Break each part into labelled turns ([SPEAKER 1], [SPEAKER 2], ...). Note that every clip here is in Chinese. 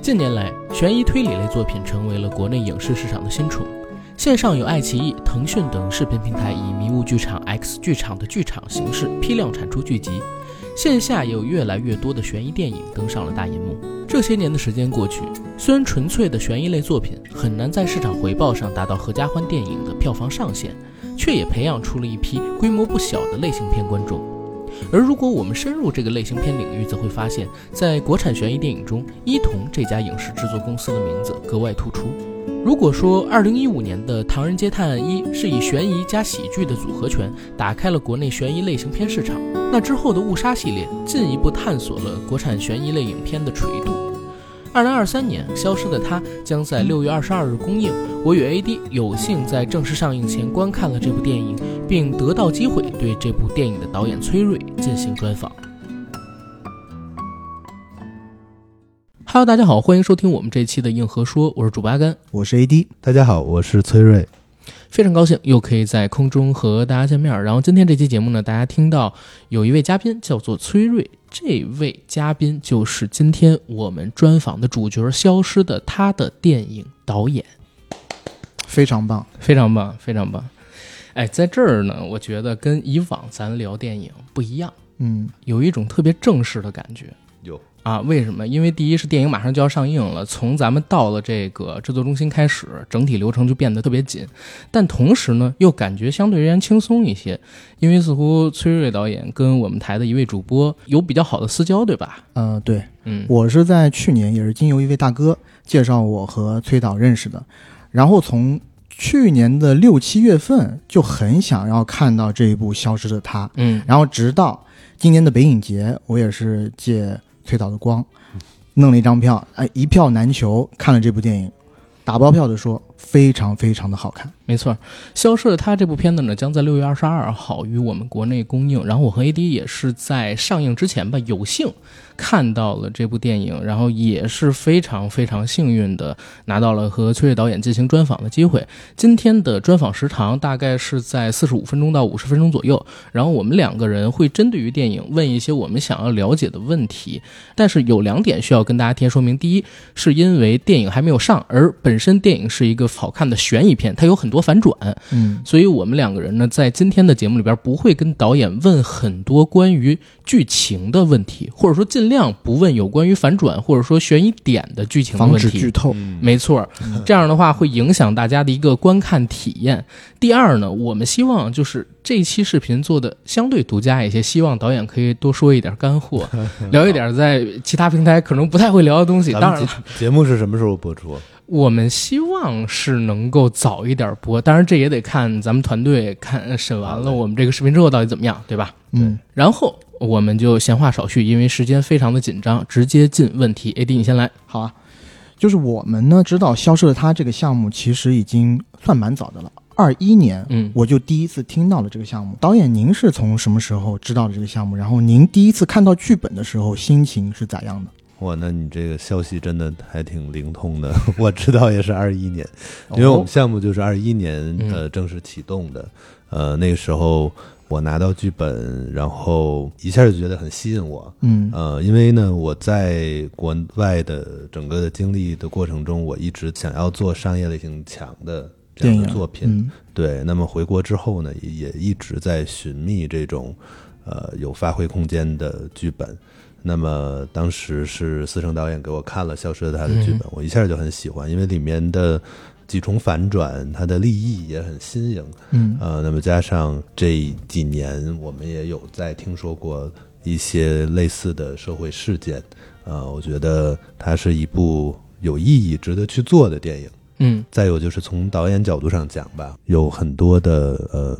[SPEAKER 1] 近年来，悬疑推理类作品成为了国内影视市场的新宠。线上有爱奇艺、腾讯等视频平台以迷雾剧场、X 剧场的剧场形式批量产出剧集，线下也有越来越多的悬疑电影登上了大银幕。这些年的时间过去，虽然纯粹的悬疑类作品很难在市场回报上达到合家欢电影的票房上限，却也培养出了一批规模不小的类型片观众。而如果我们深入这个类型片领域，则会发现，在国产悬疑电影中，一桐这家影视制作公司的名字格外突出。如果说2015年的《唐人街探案一》是以悬疑加喜剧的组合拳打开了国内悬疑类型片市场，那之后的《误杀》系列进一步探索了国产悬疑类影片的垂度。2023年，《消失的她》将在6月22日公映。我与 AD 有幸在正式上映前观看了这部电影，并得到机会对这部电影的导演崔瑞进行专访。Hello，大家好，欢迎收听我们这期的硬核说，我是主播阿甘，
[SPEAKER 2] 我是 AD，
[SPEAKER 3] 大家好，我是崔瑞。
[SPEAKER 1] 非常高兴又可以在空中和大家见面。然后今天这期节目呢，大家听到有一位嘉宾叫做崔瑞，这位嘉宾就是今天我们专访的主角《消失的她》的电影导演。
[SPEAKER 2] 非常棒。
[SPEAKER 1] 非常棒，非常棒。哎，在这儿呢，我觉得跟以往咱聊电影不一样，
[SPEAKER 2] 嗯，
[SPEAKER 1] 有一种特别正式的感觉
[SPEAKER 3] 有
[SPEAKER 1] 啊。为什么？因为第一是电影马上就要上映了，从咱们到了这个制作中心开始，整体流程就变得特别紧，但同时呢，又感觉相对而言轻松一些，因为似乎崔瑞导演跟我们台的一位主播有比较好的私交，对吧？
[SPEAKER 2] 呃，对
[SPEAKER 1] 嗯，
[SPEAKER 2] 我是在去年，也是经由一位大哥介绍我和崔导认识的，然后从去年的六七月份就很想要看到这一部《消失的她》，
[SPEAKER 1] 嗯，
[SPEAKER 2] 然后直到今年的北影节，我也是借崔导的光，
[SPEAKER 1] 嗯
[SPEAKER 2] 弄了一张票，哎，一票难求，看了这部电影，打包票的说非常非常的好看，
[SPEAKER 1] 没错，《消失的她》这部片子呢，将在六月二十二号于我们国内公映。然后我和 AD 也是在上映之前吧，有幸看到了这部电影，然后也是非常非常幸运的拿到了和崔瑞导演进行专访的机会。今天的专访时长大概是在四十五分钟到五十分钟左右，然后我们两个人会针对于电影问一些我们想要了解的问题，但是有两点需要跟大家提前说明：第一，是因为电影还没有上，而本身电影是一个好看的悬疑片，它有很多反转，
[SPEAKER 2] 嗯，
[SPEAKER 1] 所以我们两个人呢，在今天的节目里边不会跟导演问很多关于剧情的问题，或者说尽量不问有关于反转或者说悬疑点的剧情的
[SPEAKER 2] 防
[SPEAKER 1] 问
[SPEAKER 2] 止剧
[SPEAKER 1] 题。
[SPEAKER 2] 透，
[SPEAKER 1] 没错，这样的话会影响大家的一个观看体验。第二呢，我们希望就是这期视频做的相对独家一些，希望导演可以多说一点干货，聊一点在其他平台可能不太会聊的东西。
[SPEAKER 3] 咱
[SPEAKER 1] 当然
[SPEAKER 3] 们
[SPEAKER 1] 了，
[SPEAKER 3] 节节目是什么时候播出？
[SPEAKER 1] 我们希望是能够早一点播，当然这也得看咱们团队看呃审完
[SPEAKER 3] 好
[SPEAKER 1] 了
[SPEAKER 3] 嘞
[SPEAKER 1] 我们这个视频之后到底怎么样，对吧？
[SPEAKER 2] 嗯，
[SPEAKER 1] 然后我们就闲话少叙，因为时间非常的紧张，直接进问题。AD 你先来，
[SPEAKER 2] 好啊，就是我们呢知道消失了它这个项目其实已经算蛮早的了，二一年。
[SPEAKER 1] 嗯，
[SPEAKER 2] 我就第一次听到了这个项目。导演，您是从什么时候知道的这个项目？然后您第一次看到剧本的时候，心情是咋样的？
[SPEAKER 3] 哇，那你这个消息真的还挺灵通的。 我知道也是二一年，因为我们项目就是二一年
[SPEAKER 1] 哦嗯
[SPEAKER 3] 呃正式启动的。呃，那个时候我拿到剧本，然后一下就觉得很吸引我。
[SPEAKER 2] 嗯
[SPEAKER 3] 呃，因为呢，我在国外的整个的经历的过程中，我一直想要做商业类型强的这样
[SPEAKER 2] 电
[SPEAKER 3] 的
[SPEAKER 2] 影
[SPEAKER 3] 作品。
[SPEAKER 2] 嗯
[SPEAKER 3] 对，那么回国之后呢，也也一直在寻觅这种呃有发挥空间的剧本。那么当时是思成导演给我看了《消失的她》的剧本，我一下就很喜欢，因为里面的几重反转，它的立意也很新颖。
[SPEAKER 2] 嗯
[SPEAKER 3] 呃，那么加上这几年，我们也有在听说过一些类似的社会事件，呃，我觉得它是一部有意义、值得去做的电影。
[SPEAKER 1] 嗯
[SPEAKER 3] 再有就是从导演角度上讲吧，有很多的呃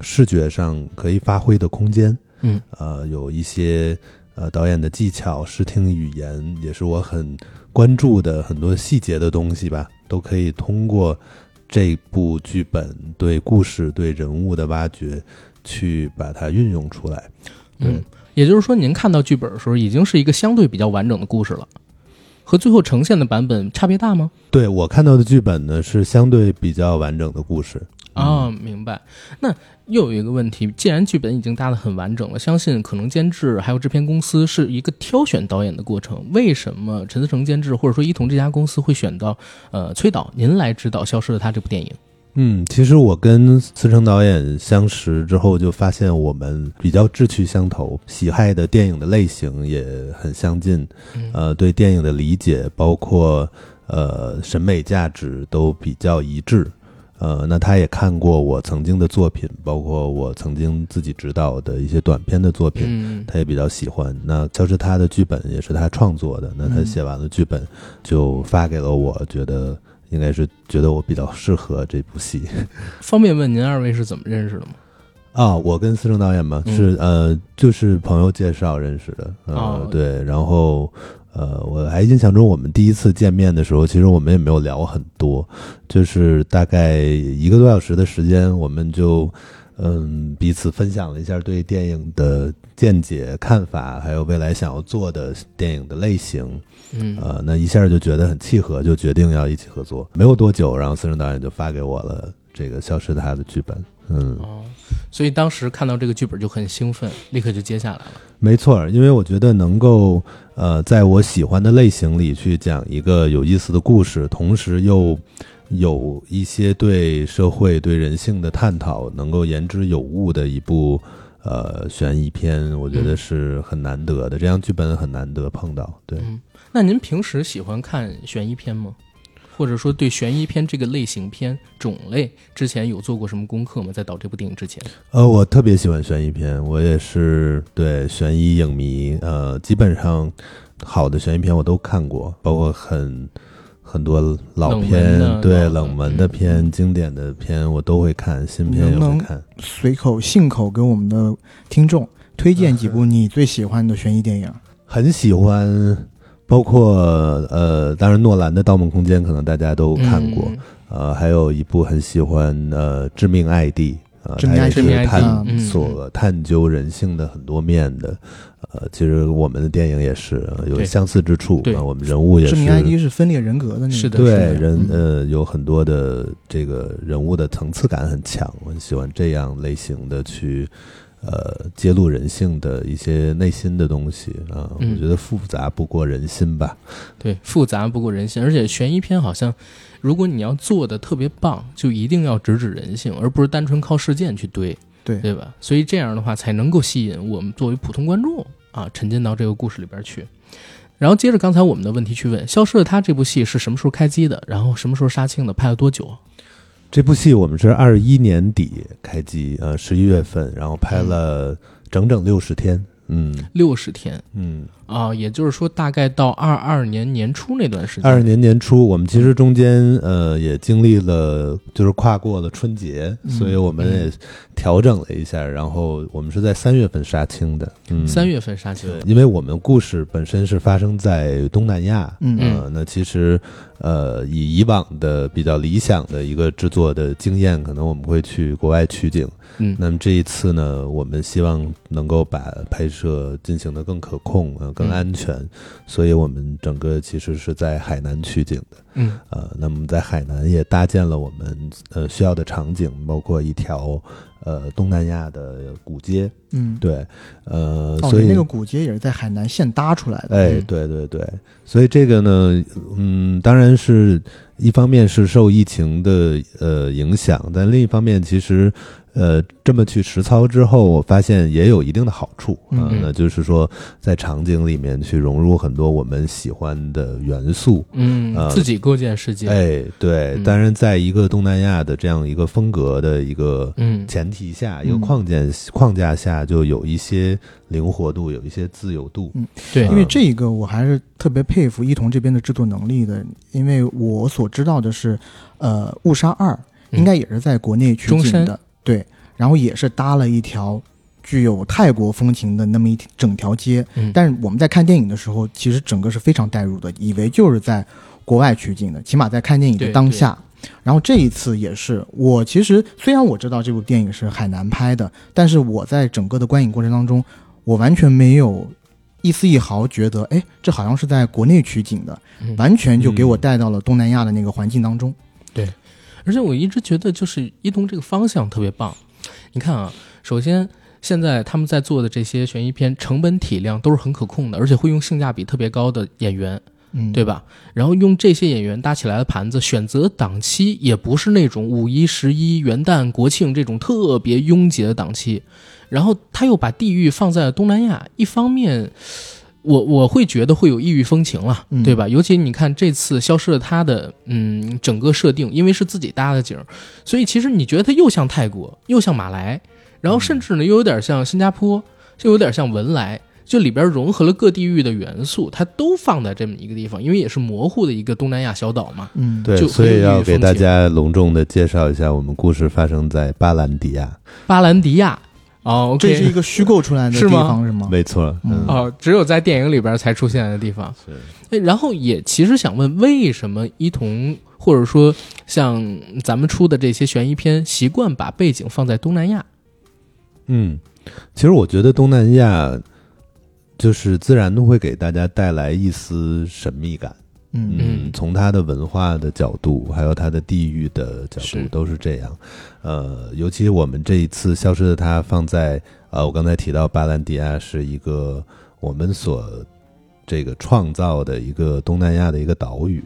[SPEAKER 3] 视觉上可以发挥的空间，
[SPEAKER 1] 嗯，
[SPEAKER 3] 呃，有一些呃导演的技巧、视听语言，也是我很关注的很多细节的东西吧，都可以通过这部剧本对故事、对人物的挖掘，去把它运用出来。
[SPEAKER 1] 嗯，也就是说，您看到剧本的时候，已经是一个相对比较完整的故事了，和最后呈现的版本差别大吗？
[SPEAKER 3] 对我看到的剧本呢，是相对比较完整的故事，
[SPEAKER 1] 啊、明白。那又有一个问题，既然剧本已经搭得很完整了，相信可能监制还有制片公司是一个挑选导演的过程。为什么陈思诚监制或者说一桐这家公司会选到呃崔导您来指导《消失的她》这部电影？
[SPEAKER 3] 嗯，其实我跟思成导演相识之后，就发现我们比较志趣相投，喜爱的电影的类型也很相近，
[SPEAKER 1] 嗯
[SPEAKER 3] 呃，对电影的理解，包括呃审美价值都比较一致。呃，那他也看过我曾经的作品，包括我曾经自己执导的一些短片的作品，
[SPEAKER 1] 嗯
[SPEAKER 3] 他也比较喜欢。那消失他的剧本也是他创作的，那他
[SPEAKER 2] 嗯
[SPEAKER 3] 写完了剧本就发给了我，觉得应该是觉得我比较适合这部戏
[SPEAKER 1] 嗯方便问您二位是怎么认识的吗？
[SPEAKER 3] 啊。我跟思成导演嘛，
[SPEAKER 1] 嗯
[SPEAKER 3] 是呃，就是朋友介绍认识的，呃，
[SPEAKER 1] 哦
[SPEAKER 3] 对，然后。呃，我还印象中我们第一次见面的时候，其实我们也没有聊很多，就是大概一个多小时的时间，我们就嗯彼此分享了一下对电影的见解、看法，还有未来想要做的电影的类型。
[SPEAKER 1] 嗯
[SPEAKER 3] 呃，那一下就觉得很契合，就决定要一起合作。没有多久，然后思成导演就发给我了这个《消失的她》的剧本。嗯，
[SPEAKER 1] 哦，所以当时看到这个剧本就很兴奋，立刻就接下来了。
[SPEAKER 3] 没错儿，因为我觉得能够呃，在我喜欢的类型里去讲一个有意思的故事，同时又有一些对社会、对人性的探讨，能够言之有物的一部呃悬疑片，我觉得是很难得的。这样剧本很难得碰到，对。
[SPEAKER 1] 嗯，那您平时喜欢看悬疑片吗？或者说对悬疑片这个类型片种类，之前有做过什么功课吗？在导这部电影之前，
[SPEAKER 3] 呃，我特别喜欢悬疑片，我也是对悬疑影迷。呃，基本上好的悬疑片我都看过，包括很很多老
[SPEAKER 1] 冷门
[SPEAKER 3] 片，
[SPEAKER 1] 的
[SPEAKER 3] 对
[SPEAKER 1] 老的
[SPEAKER 3] 冷门的片、经典的片我都会看，新片也
[SPEAKER 2] 能不
[SPEAKER 3] 会
[SPEAKER 2] 能
[SPEAKER 3] 看。
[SPEAKER 2] 随口信口给我们的听众推荐几部你最喜欢的悬疑电影。
[SPEAKER 3] 很喜欢，包括呃，当然诺兰的《盗梦空间》可能大家都看过，
[SPEAKER 1] 嗯
[SPEAKER 3] 呃，还有一部很喜欢呃《致命 ID》呃，
[SPEAKER 2] 致命
[SPEAKER 3] 它也
[SPEAKER 2] ID 致
[SPEAKER 3] 是
[SPEAKER 2] 命 ID，
[SPEAKER 3] 探
[SPEAKER 1] 嗯
[SPEAKER 3] 索、探究人性的很多面的。呃，其实我们的电影也是呃有
[SPEAKER 1] 对
[SPEAKER 3] 相似之处
[SPEAKER 1] 对
[SPEAKER 3] 啊，我们人物也
[SPEAKER 2] 致
[SPEAKER 3] 是
[SPEAKER 2] 命 ID 是分裂人格的那个，
[SPEAKER 1] 是的
[SPEAKER 3] 对人
[SPEAKER 2] 嗯
[SPEAKER 3] 呃有很多的这个人物的层次感很强，我很喜欢这样类型的去。呃，揭露人性的一些内心的东西啊，
[SPEAKER 1] 嗯
[SPEAKER 3] 我觉得复杂不过人心吧。
[SPEAKER 1] 对，复杂不过人心，而且悬疑片好像，如果你要做的特别棒，就一定要直指人性，而不是单纯靠事件去堆，
[SPEAKER 2] 对
[SPEAKER 1] 对吧？所以这样的话才能够吸引我们作为普通观众啊，沉浸到这个故事里边去。然后接着刚才我们的问题去问，《消失的她》这部戏是什么时候开机的？然后什么时候杀青的？拍了多久啊？
[SPEAKER 3] 这部戏我们是二一年底开机，呃，十一月份，然后拍了整整六十天。嗯
[SPEAKER 1] 六十天
[SPEAKER 3] 嗯，
[SPEAKER 1] 啊，也就是说大概到二二年年初那段时间。
[SPEAKER 3] 二二年年初，我们其实中间呃也经历了，就是跨过了春节，
[SPEAKER 2] 嗯
[SPEAKER 3] 所以我们也调整了一下，然后我们是在三月份杀青的。嗯，
[SPEAKER 1] 三月份杀青
[SPEAKER 3] 对，，因为我们故事本身是发生在东南亚，
[SPEAKER 2] 嗯
[SPEAKER 3] 呃，那其实呃，以以往的比较理想的一个制作的经验，可能我们会去国外取景。
[SPEAKER 1] 嗯
[SPEAKER 3] 那么这一次呢，我们希望能够把拍摄进行的更可控，呃，更
[SPEAKER 1] 嗯
[SPEAKER 3] 安全，所以我们整个其实是在海南取景的。
[SPEAKER 1] 嗯
[SPEAKER 3] 呃，那么在海南也搭建了我们呃需要的场景，包括一条呃东南亚的古街。
[SPEAKER 2] 嗯，
[SPEAKER 3] 对，呃，
[SPEAKER 2] 哦，
[SPEAKER 3] 所以
[SPEAKER 2] 那个古街也是在海南现搭出来的。
[SPEAKER 3] 哎，
[SPEAKER 1] 嗯
[SPEAKER 3] 对对对，所以这个呢，嗯，当然是一方面是受疫情的呃影响，但另一方面其实。呃，这么去实操之后，我发现也有一定的好处啊、
[SPEAKER 1] 嗯
[SPEAKER 3] 那就是说，在场景里面去融入很多我们喜欢的元素，
[SPEAKER 1] 嗯，
[SPEAKER 3] 呃
[SPEAKER 1] 自己构建世界，
[SPEAKER 3] 哎，对，
[SPEAKER 1] 嗯
[SPEAKER 3] 当然，在一个东南亚的这样一个风格的一个
[SPEAKER 1] 嗯
[SPEAKER 3] 前提下，一个
[SPEAKER 2] 嗯
[SPEAKER 3] 框架框架下，就有一些灵活度，有一些自由度，
[SPEAKER 1] 对，
[SPEAKER 2] 因为这一个我还是特别佩服一桐这边的制作能力的，因为我所知道的是，呃，《误杀二》
[SPEAKER 1] 嗯
[SPEAKER 2] 应该也是在国内取
[SPEAKER 1] 中
[SPEAKER 2] 景
[SPEAKER 1] 山
[SPEAKER 2] 的，对，然后也是搭了一条具有泰国风情的那么一整条街，
[SPEAKER 1] 嗯
[SPEAKER 2] 但是我们在看电影的时候，其实整个是非常代入的，以为就是在国外取景的，起码在看电影的
[SPEAKER 1] 对
[SPEAKER 2] 当下。然后这一次也是，我其实虽然我知道这部电影是海南拍的，但是我在整个的观影过程当中，我完全没有一丝一毫觉得，哎，这好像是在国内取景的，
[SPEAKER 1] 嗯
[SPEAKER 2] 完全就给我
[SPEAKER 3] 嗯
[SPEAKER 2] 带到了东南亚的那个环境当中。
[SPEAKER 1] 而且我一直觉得就是一东这个方向特别棒。你看啊，首先现在他们在做的这些悬疑片，成本体量都是很可控的，而且会用性价比特别高的演员，
[SPEAKER 2] 嗯，
[SPEAKER 1] 对吧？然后用这些演员搭起来的盘子，选择档期也不是那种五一、十一、元旦、国庆这种特别拥挤的档期。然后他又把地域放在了东南亚，一方面，我我会觉得会有异域风情了，
[SPEAKER 2] 嗯
[SPEAKER 1] 对吧？尤其你看这次消失了他的嗯整个设定，因为是自己搭的景儿，所以其实你觉得它又像泰国，又像马来，然后甚至呢又有点像新加坡，又有点像文莱。就里边融合了各地域的元素，它都放在这么一个地方，因为也是模糊的一个东南亚小岛嘛。
[SPEAKER 2] 嗯，
[SPEAKER 3] 对
[SPEAKER 1] 就，
[SPEAKER 3] 所
[SPEAKER 1] 很有
[SPEAKER 3] 以
[SPEAKER 1] 异
[SPEAKER 3] 要
[SPEAKER 1] 域
[SPEAKER 3] 给
[SPEAKER 1] 风
[SPEAKER 3] 大
[SPEAKER 1] 情
[SPEAKER 3] 家隆重的介绍一下，我们故事发生在巴兰迪亚，
[SPEAKER 1] 巴兰迪亚，哦
[SPEAKER 2] 这是一
[SPEAKER 1] ，OK，
[SPEAKER 2] 个虚构出来的
[SPEAKER 1] 是
[SPEAKER 2] 地
[SPEAKER 1] 吗
[SPEAKER 2] 方是吗？
[SPEAKER 3] 没错，
[SPEAKER 2] 嗯
[SPEAKER 3] 嗯，
[SPEAKER 1] 哦，只有在电影里边才出现的地方。
[SPEAKER 3] 是
[SPEAKER 1] 哎，然后也其实想问，为什么一同或者说像咱们出的这些悬疑片，习惯把背景放在东南亚？
[SPEAKER 3] 嗯，其实我觉得东南亚就是自然的会给大家带来一丝神秘感。
[SPEAKER 2] 嗯
[SPEAKER 1] 嗯
[SPEAKER 3] 嗯，从它的文化的角度，还有它的地域的角
[SPEAKER 1] 是
[SPEAKER 3] 度，都是这样。呃，尤其我们这一次消失的它放在呃，我刚才提到巴兰迪亚是一个我们所这个创造的一个东南亚的一个岛屿，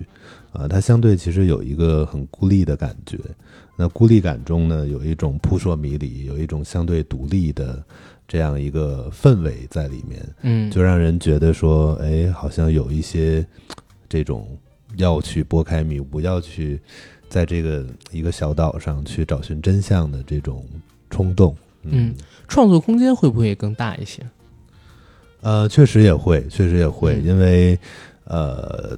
[SPEAKER 3] 啊、它相对其实有一个很孤立的感觉。那孤立感中呢，有一种扑朔迷离，有一种相对独立的这样一个氛围在里面。
[SPEAKER 1] 嗯，
[SPEAKER 3] 就让人觉得说，哎，好像有一些这种要去拨开迷雾，要去在这个一个小岛上去找寻真相的这种冲动。
[SPEAKER 1] 嗯创作空间会不会更大一些？
[SPEAKER 3] 呃，确实也会，确实也会，
[SPEAKER 1] 嗯
[SPEAKER 3] 因为呃，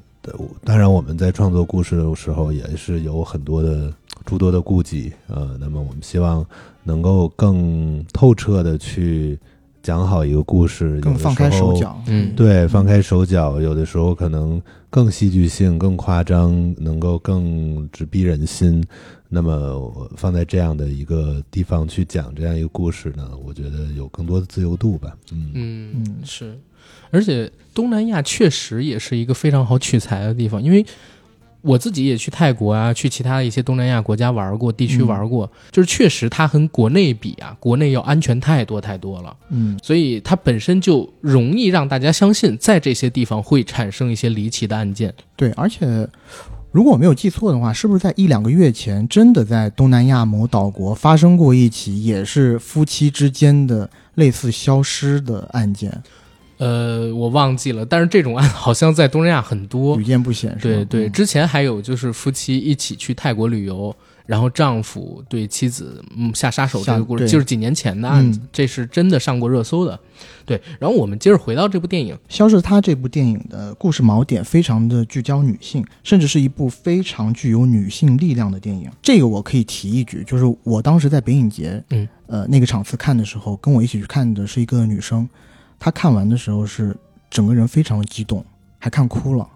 [SPEAKER 3] 当然我们在创作故事的时候也是有很多的诸多的顾忌，呃，那么我们希望能够更透彻的去讲好一个故事，有
[SPEAKER 2] 更
[SPEAKER 3] 的
[SPEAKER 2] 放开
[SPEAKER 3] 时
[SPEAKER 2] 手
[SPEAKER 3] 候
[SPEAKER 2] 脚，
[SPEAKER 1] 嗯
[SPEAKER 3] 对，放开手脚，有的时候可能更戏剧性、更夸张，能够更直逼人心。那么我放在这样的一个地方去讲这样一个故事呢，我觉得有更多的自由度吧。嗯，
[SPEAKER 1] 嗯，
[SPEAKER 2] 嗯
[SPEAKER 1] 是，而且东南亚确实也是一个非常好取材的地方，因为我自己也去泰国啊，去其他一些东南亚国家玩过，地区
[SPEAKER 2] 嗯
[SPEAKER 1] 玩过，就是确实它和国内比啊，国内要安全太多太多了。
[SPEAKER 2] 嗯
[SPEAKER 1] 所以它本身就容易让大家相信，在这些地方会产生一些离奇的案件。
[SPEAKER 2] 对，而且如果我没有记错的话，是不是在一两个月前，真的在东南亚某岛国发生过一起也是夫妻之间的类似消失的案件，
[SPEAKER 1] 呃，我忘记了，但是这种案好像在东南亚很多
[SPEAKER 2] 屡。见不鲜，是
[SPEAKER 1] 对
[SPEAKER 2] 吧？
[SPEAKER 1] 对，
[SPEAKER 2] 嗯
[SPEAKER 1] 之前还有就是夫妻一起去泰国旅游，然后丈夫对妻子嗯下杀手这
[SPEAKER 2] 下
[SPEAKER 1] 个故事，
[SPEAKER 2] 对
[SPEAKER 1] 就是几年前的案子，
[SPEAKER 2] 嗯
[SPEAKER 1] 这是真的上过热搜的。对，然后我们接着回到这部电影，
[SPEAKER 2] 消失她这部电影的故事锚点非常的聚焦女性，甚至是一部非常具有女性力量的电影。这个我可以提一句，就是我当时在北影节，
[SPEAKER 1] 嗯，
[SPEAKER 2] 呃，那个场次看的时候，跟我一起去看的是一个女生，她看完的时候是整个人非常的激动，还看哭了，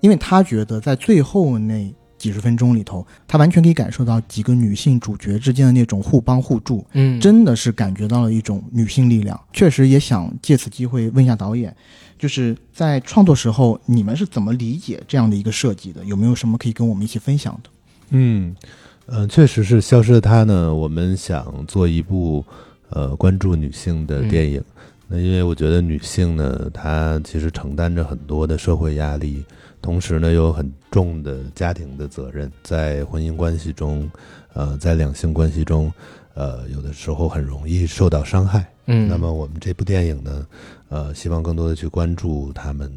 [SPEAKER 2] 因为她觉得在最后那几十分钟里头，她完全可以感受到几个女性主角之间的那种互帮互助，
[SPEAKER 1] 嗯，
[SPEAKER 2] 真的是感觉到了一种女性力量。确实也想借此机会问一下导演，就是在创作时候你们是怎么理解这样的一个设计的？有没有什么可以跟我们一起分享的？
[SPEAKER 3] 嗯，呃，确实是《消失的她》呢，我们想做一部呃关注女性的电影。那因为我觉得女性呢，她其实承担着很多的社会压力，同时呢又有很重的家庭的责任，在婚姻关系中，呃，在两性关系中，呃，有的时候很容易受到伤害。
[SPEAKER 1] 嗯，
[SPEAKER 3] 那么我们这部电影呢，呃，希望更多的去关注他们。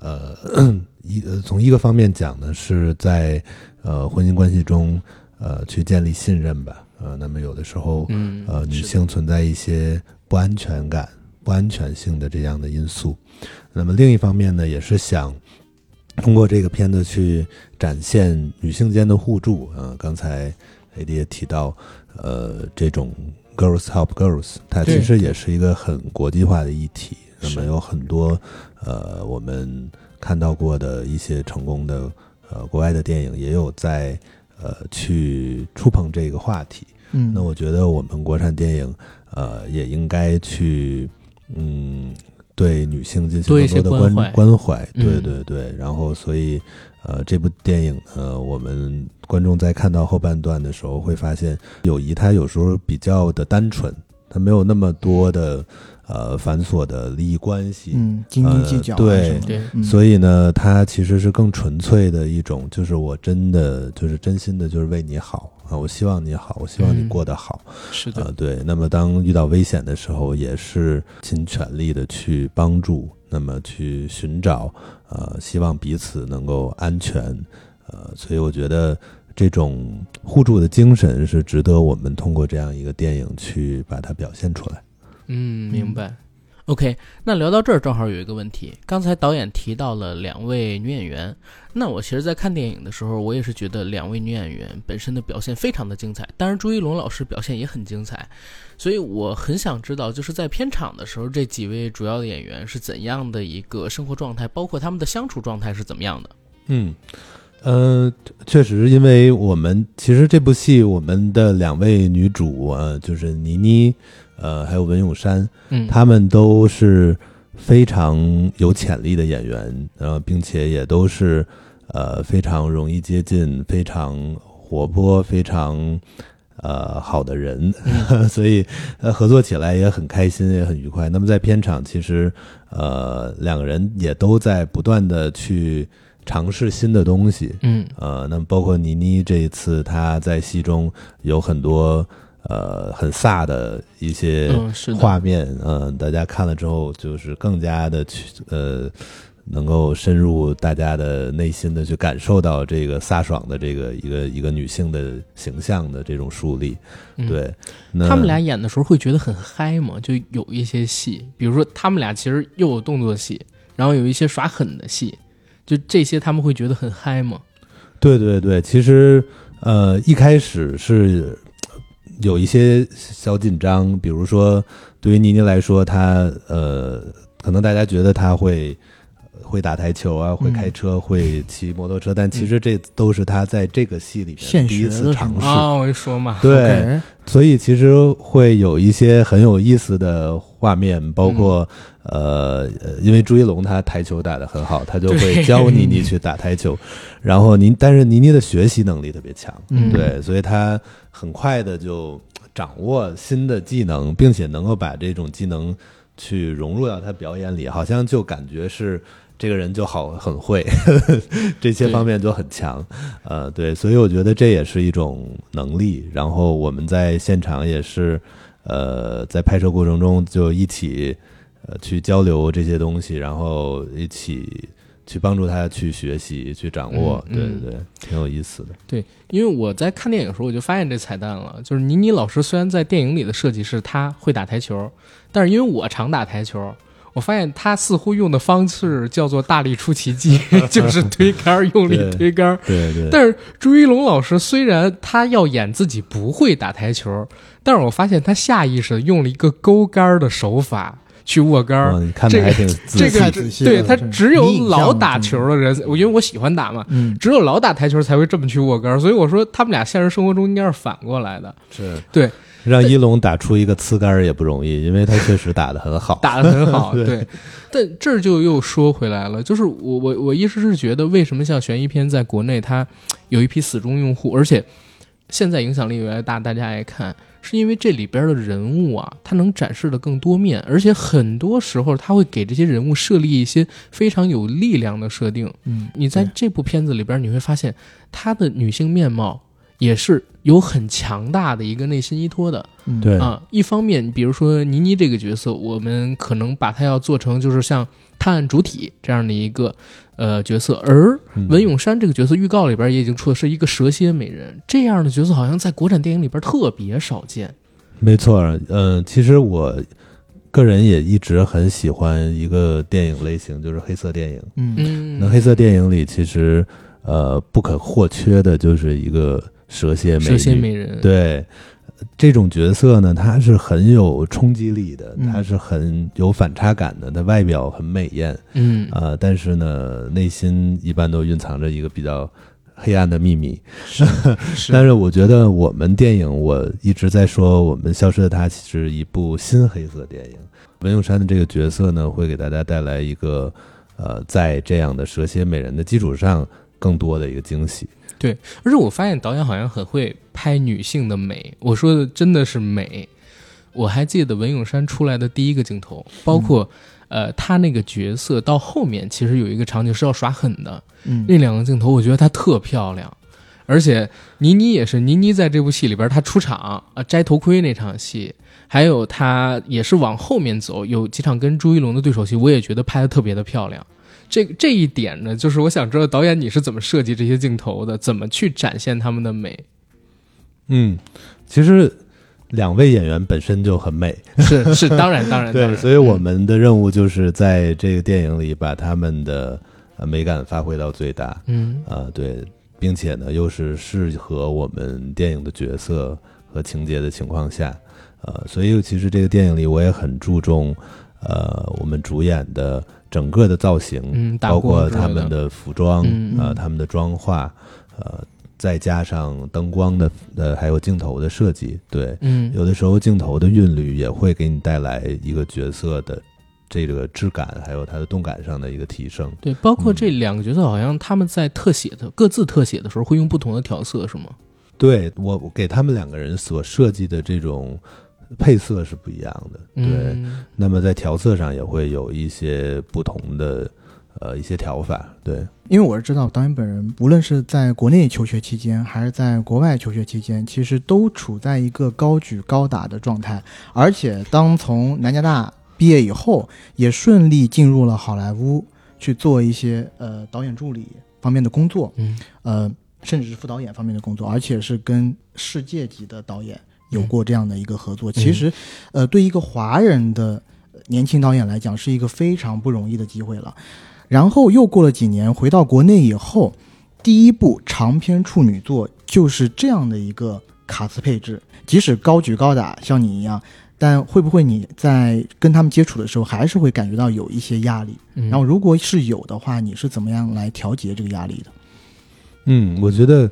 [SPEAKER 3] 呃， 一呃从一个方面讲呢，是在呃婚姻关系中，呃，去建立信任吧。呃，那么有的时候，
[SPEAKER 1] 嗯
[SPEAKER 3] 呃，女
[SPEAKER 1] 是的
[SPEAKER 3] 性存在一些不安全感、不安全性的这样的因素。那么另一方面呢，也是想通过这个片子去展现女性间的互助。呃，刚才 AD 也提到，呃，这种 girls help girls，它
[SPEAKER 1] 对
[SPEAKER 3] 其实也是一个很国际化的议题。那么
[SPEAKER 1] 是
[SPEAKER 3] 有很多呃，我们看到过的一些成功的呃国外的电影，也有在呃去触碰这个话题。
[SPEAKER 2] 嗯
[SPEAKER 3] 那我觉得我们国产电影，呃，也应该去，嗯，对女性进行
[SPEAKER 1] 多一
[SPEAKER 3] 更
[SPEAKER 1] 些
[SPEAKER 3] 多的
[SPEAKER 1] 关
[SPEAKER 3] 关
[SPEAKER 1] 怀
[SPEAKER 3] 关怀，对
[SPEAKER 1] 嗯
[SPEAKER 3] 对对。然后，所以呃，这部电影呃，我们观众在看到后半段的时候，会发现友谊它有时候比较的单纯，它没有那么多的呃繁琐的利益关系，
[SPEAKER 2] 嗯，斤斤计较啊
[SPEAKER 3] 对
[SPEAKER 2] 什么的，
[SPEAKER 1] 对
[SPEAKER 2] 嗯
[SPEAKER 3] 所以呢，它其实是更纯粹的一种，就是我真的就是真心的，就是为你好啊，我希望你好，我希望你
[SPEAKER 1] 嗯
[SPEAKER 3] 过得好。
[SPEAKER 1] 是
[SPEAKER 3] 呃，
[SPEAKER 1] 的，
[SPEAKER 3] 对。那么当遇到危险的时候，也是尽全力的去帮助，那么去寻找，呃，希望彼此能够安全。呃，所以我觉得这种互助的精神是值得我们通过这样一个电影去把它表现出来。
[SPEAKER 1] 嗯，明白。OK，那聊到这儿，正好有一个问题。刚才导演提到了两位女演员，那我其实，在看电影的时候，我也是觉得两位女演员本身的表现非常的精彩。当然，朱一龙老师表现也很精彩，所以我很想知道，就是在片场的时候，这几位主要的演员是怎样的一个生活状态，包括他们的相处状态是怎么样的。
[SPEAKER 3] 嗯，呃，确实，因为我们其实这部戏，我们的两位女主呃，就是倪妮，呃，还有文咏珊，
[SPEAKER 1] 嗯，
[SPEAKER 3] 她们都是非常有潜力的演员，呃，并且也都是呃非常容易接近、非常活泼、非常呃好的人， 所以呃合作起来也很开心，也很愉快。那么在片场，其实呃两个人也都在不断的去尝试新的东西，
[SPEAKER 1] 嗯
[SPEAKER 3] 呃，那么包括倪妮这一次，她在戏中有很多呃很飒的一些
[SPEAKER 1] 嗯，是的，
[SPEAKER 3] 画面，嗯、大家看了之后就是更加的去呃，能够深入大家的内心的去感受到这个飒爽的这个一个一个女性的形象的这种树立。
[SPEAKER 1] 嗯
[SPEAKER 3] 对，那
[SPEAKER 1] 他们俩演的时候会觉得很嗨吗？就有一些戏，比如说他们俩其实又有动作戏，然后有一些耍狠的戏，就这些他们会觉得很嗨吗？
[SPEAKER 3] 对对对，其实呃一开始是呃有一些小紧张，比如说对于倪妮来说，她呃可能大家觉得她会会打台球啊，
[SPEAKER 2] 嗯
[SPEAKER 3] 会开车，会骑摩托车，但其实这都是她在这个戏里面
[SPEAKER 2] 现
[SPEAKER 3] 第一
[SPEAKER 2] 学
[SPEAKER 3] 次
[SPEAKER 2] 的
[SPEAKER 3] 尝
[SPEAKER 2] 是
[SPEAKER 3] 试。
[SPEAKER 1] 啊，我就说嘛，
[SPEAKER 3] 对，
[SPEAKER 2] OK，
[SPEAKER 3] 所以其实会有一些很有意思的画面，包
[SPEAKER 2] 嗯
[SPEAKER 3] 括、呃呃，因为朱一龙他台球打得很好，他就会
[SPEAKER 1] 对
[SPEAKER 3] 教倪 妮去打台球，然后您但是倪妮的学习能力特别强，
[SPEAKER 1] 嗯
[SPEAKER 3] 对，所以他很快的就掌握新的技能，并且能够把这种技能去融入到他表演里，好像就感觉是。这个人就好很会， 这些方面就很强，呃，对，所以我觉得这也是一种能力。然后我们在现场也是，呃，在拍摄过程中就一起呃去交流这些东西，然后一起去帮助他去学习、去掌握。
[SPEAKER 1] 嗯嗯
[SPEAKER 3] 对对对，挺有意思的。
[SPEAKER 1] 对， 因为我在看电影的时候我就发现这彩蛋了，就是倪妮老师虽然在电影里的设计是她会打台球，但是因为我常打台球。我发现她似乎用的方式叫做大力出奇迹，就是推杆儿用力
[SPEAKER 3] 对
[SPEAKER 1] 推杆儿，
[SPEAKER 3] 对对，
[SPEAKER 1] 但是朱一龙老师虽然他要演自己不会打台球，但是我发现他下意识地用了一个勾杆儿的手法去握杆儿。
[SPEAKER 3] 哇你嗯看的还挺
[SPEAKER 1] 这
[SPEAKER 3] 仔细
[SPEAKER 1] 个
[SPEAKER 2] 太
[SPEAKER 3] 的。
[SPEAKER 2] 仔细了
[SPEAKER 1] 对他
[SPEAKER 2] 这
[SPEAKER 1] 只有
[SPEAKER 2] 你影
[SPEAKER 1] 老
[SPEAKER 2] 像
[SPEAKER 1] 打
[SPEAKER 2] 了
[SPEAKER 1] 球的人，我因为我喜欢打嘛，
[SPEAKER 2] 嗯，
[SPEAKER 1] 只有老打台球才会这么去握杆儿。所以我说他们俩现实生活中应该是反过来的，
[SPEAKER 3] 是
[SPEAKER 1] 对，
[SPEAKER 3] 让一龙打出一个呲杆儿也不容易，因为他确实打得很好。
[SPEAKER 1] 打得很好。
[SPEAKER 3] 对
[SPEAKER 1] 对，但这儿就又说回来了，就是我我我一直是觉得，为什么像悬疑片在国内它有一批死忠用户，而且现在影响力越来越大，大家爱看，是因为这里边的人物啊，它能展示的更多面，而且很多时候它会给这些人物设立一些非常有力量的设定。
[SPEAKER 2] 嗯，
[SPEAKER 1] 你在
[SPEAKER 2] 对
[SPEAKER 1] 这部片子里边，你会发现她的女性面貌也是有很强大的一个内心依托的。
[SPEAKER 2] 嗯
[SPEAKER 3] 对
[SPEAKER 1] 啊，一方面，比如说倪妮这个角色，我们可能把她要做成就是像探案主体这样的一个呃角色，而
[SPEAKER 3] 嗯
[SPEAKER 1] 文咏珊这个角色预告里边也已经出的是一个蛇蝎美人，这样的角色好像在国产电影里边特别少见。
[SPEAKER 3] 没错，嗯、其实我个人也一直很喜欢一个电影类型，就是黑色电影。
[SPEAKER 2] 嗯
[SPEAKER 1] 嗯
[SPEAKER 3] 那黑色电影里，其实呃不可或缺的就是一个蛇蝎美
[SPEAKER 1] 蛇蝎
[SPEAKER 3] 女
[SPEAKER 1] 美人，，
[SPEAKER 3] 对，这种角色呢，她是很有冲击力的，
[SPEAKER 2] 嗯
[SPEAKER 3] 她是很有反差感的，她外表很美艳，
[SPEAKER 1] 嗯
[SPEAKER 3] 呃，但是呢，内心一般都蕴藏着一个比较黑暗的秘密。
[SPEAKER 2] 是是，
[SPEAKER 3] 但是我觉得我们电影，我一直在说，我们消失的她是一部新黑色电影。文咏珊的这个角色呢，会给大家带来一个呃，在这样的蛇蝎美人的基础上，更多的一个惊喜。
[SPEAKER 1] 对，而且我发现导演好像很会拍女性的美，我说的真的是美。我还记得文咏珊出来的第一个镜头，包括、呃，她那个角色到后面其实有一个场景是要耍狠的，
[SPEAKER 2] 嗯
[SPEAKER 1] 那两个镜头我觉得她特漂亮。而且倪妮也是，倪妮在这部戏里边她出场啊、呃摘头盔那场戏，还有她也是往后面走，有几场跟朱一龙的对手戏，我也觉得拍的特别的漂亮。这这一点呢，就是我想知道导演你是怎么设计这些镜头的，怎么去展现他们的 美？
[SPEAKER 3] 嗯，其实两位演员本身就很美，
[SPEAKER 1] 是是，当然当然，当
[SPEAKER 3] 对，
[SPEAKER 1] 然
[SPEAKER 3] 所以我们的任务就是在这个电影里把他们的呃美感发挥到最大。
[SPEAKER 1] 嗯
[SPEAKER 3] 啊，对，并且呢，又是适合我们电影的角色和情节的情况下，呃，所以其实这个电影里我也很注重，呃，我们主演的整个的造型，
[SPEAKER 1] 嗯，打
[SPEAKER 3] 包括
[SPEAKER 1] 过
[SPEAKER 3] 他们的服装，
[SPEAKER 1] 嗯
[SPEAKER 3] 呃，
[SPEAKER 2] 嗯
[SPEAKER 3] 他们的妆化，呃，再加上灯光的，呃，还有镜头的设计，对，
[SPEAKER 1] 嗯
[SPEAKER 3] 有的时候镜头的韵律也会给你带来一个角色的这个质感，还有它的动感上的一个提升。
[SPEAKER 1] 对，包括这两个角色，好像他们在特写的各自特写的时候会用不同的调色，是吗？
[SPEAKER 3] 对我我给他们两个人所设计的这种配色是不一样的，对。
[SPEAKER 1] 嗯，
[SPEAKER 3] 那么在调色上也会有一些不同的呃一些调法，对，
[SPEAKER 2] 因为我是知道导演本人，无论是在国内求学期间，还是在国外求学期间，其实都处在一个高举高打的状态。而且当从南加大毕业以后，也顺利进入了好莱坞去做一些呃导演助理方面的工作，
[SPEAKER 1] 嗯，
[SPEAKER 2] 呃，甚至是副导演方面的工作，而且是跟世界级的导演有过这样的一个合作。其实，呃，对一个华人的呃年轻导演来讲，是一个非常不容易的机会了。然后又过了几年，回到国内以后，第一部长篇处女作就是这样的一个卡斯配置，即使高举高打，像你一样。但会不会你在跟他们接触的时候，还是会感觉到有一些压力？
[SPEAKER 1] 嗯
[SPEAKER 2] 然后，如果是有的话，你是怎么样来调节这个压力的？
[SPEAKER 3] 嗯，我觉得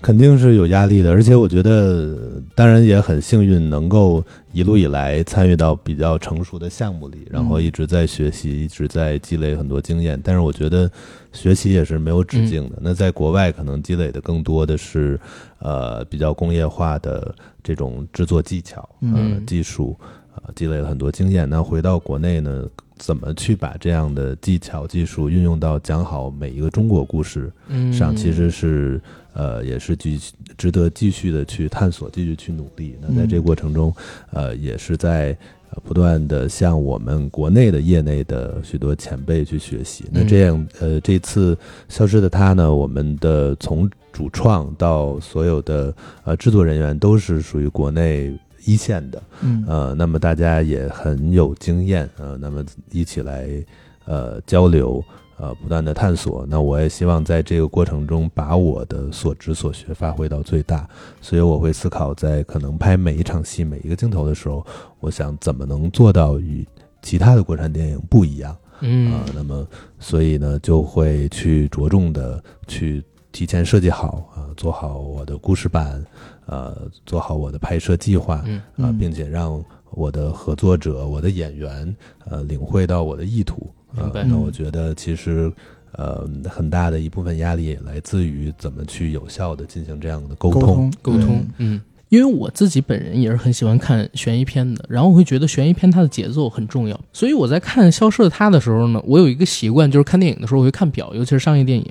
[SPEAKER 3] 肯定是有压力的，而且我觉得当然也很幸运，能够一路以来参与到比较成熟的项目里，然后
[SPEAKER 2] 嗯
[SPEAKER 3] 一直在学习，一直在积累很多经验。但是我觉得学习也是没有止境的。那在国外可能积累的更多的是呃比较工业化的这种制作技巧、呃
[SPEAKER 1] 嗯
[SPEAKER 3] 技术，呃积累了很多经验。那回到国内呢？怎么去把这样的技巧、技术运用到讲好每一个中国故事，
[SPEAKER 1] 嗯
[SPEAKER 3] 上其实是呃也是继续值得继续的去探索，继续去努力。那在这个过程中，呃，也是在。呃不断的向我们国内的业内的许多前辈去学习。那这样，呃，这次消失的他呢，我们的从主创到所有的呃制作人员都是属于国内一线的，
[SPEAKER 2] 嗯
[SPEAKER 3] 呃，那么大家也很有经验，呃，那么一起来呃交流，呃，不断的探索。那我也希望在这个过程中把我的所知所学发挥到最大，所以我会思考，在可能拍每一场戏、每一个镜头的时候，我想怎么能做到与其他的国产电影不一样啊、
[SPEAKER 1] 嗯
[SPEAKER 3] 那么，所以呢，就会去着重的去提前设计好啊、做好我的故事板，呃，做好我的拍摄计划。
[SPEAKER 1] 嗯
[SPEAKER 3] 啊、
[SPEAKER 2] 嗯
[SPEAKER 3] 并且让我的合作者、我的演员呃领会到我的意图。呃
[SPEAKER 1] 明白，
[SPEAKER 3] 那我
[SPEAKER 2] 嗯
[SPEAKER 3] 觉得其实呃很大的一部分压力也来自于怎么去有效的进行这样的沟
[SPEAKER 2] 沟
[SPEAKER 3] 通。
[SPEAKER 1] 沟通，嗯，因为我自己本人也是很喜欢看悬疑片的，然后我会觉得悬疑片它的节奏很重要，所以我在看《消失的她》的时候呢，我有一个习惯，就是看电影的时候我会看表，尤其是商业电影，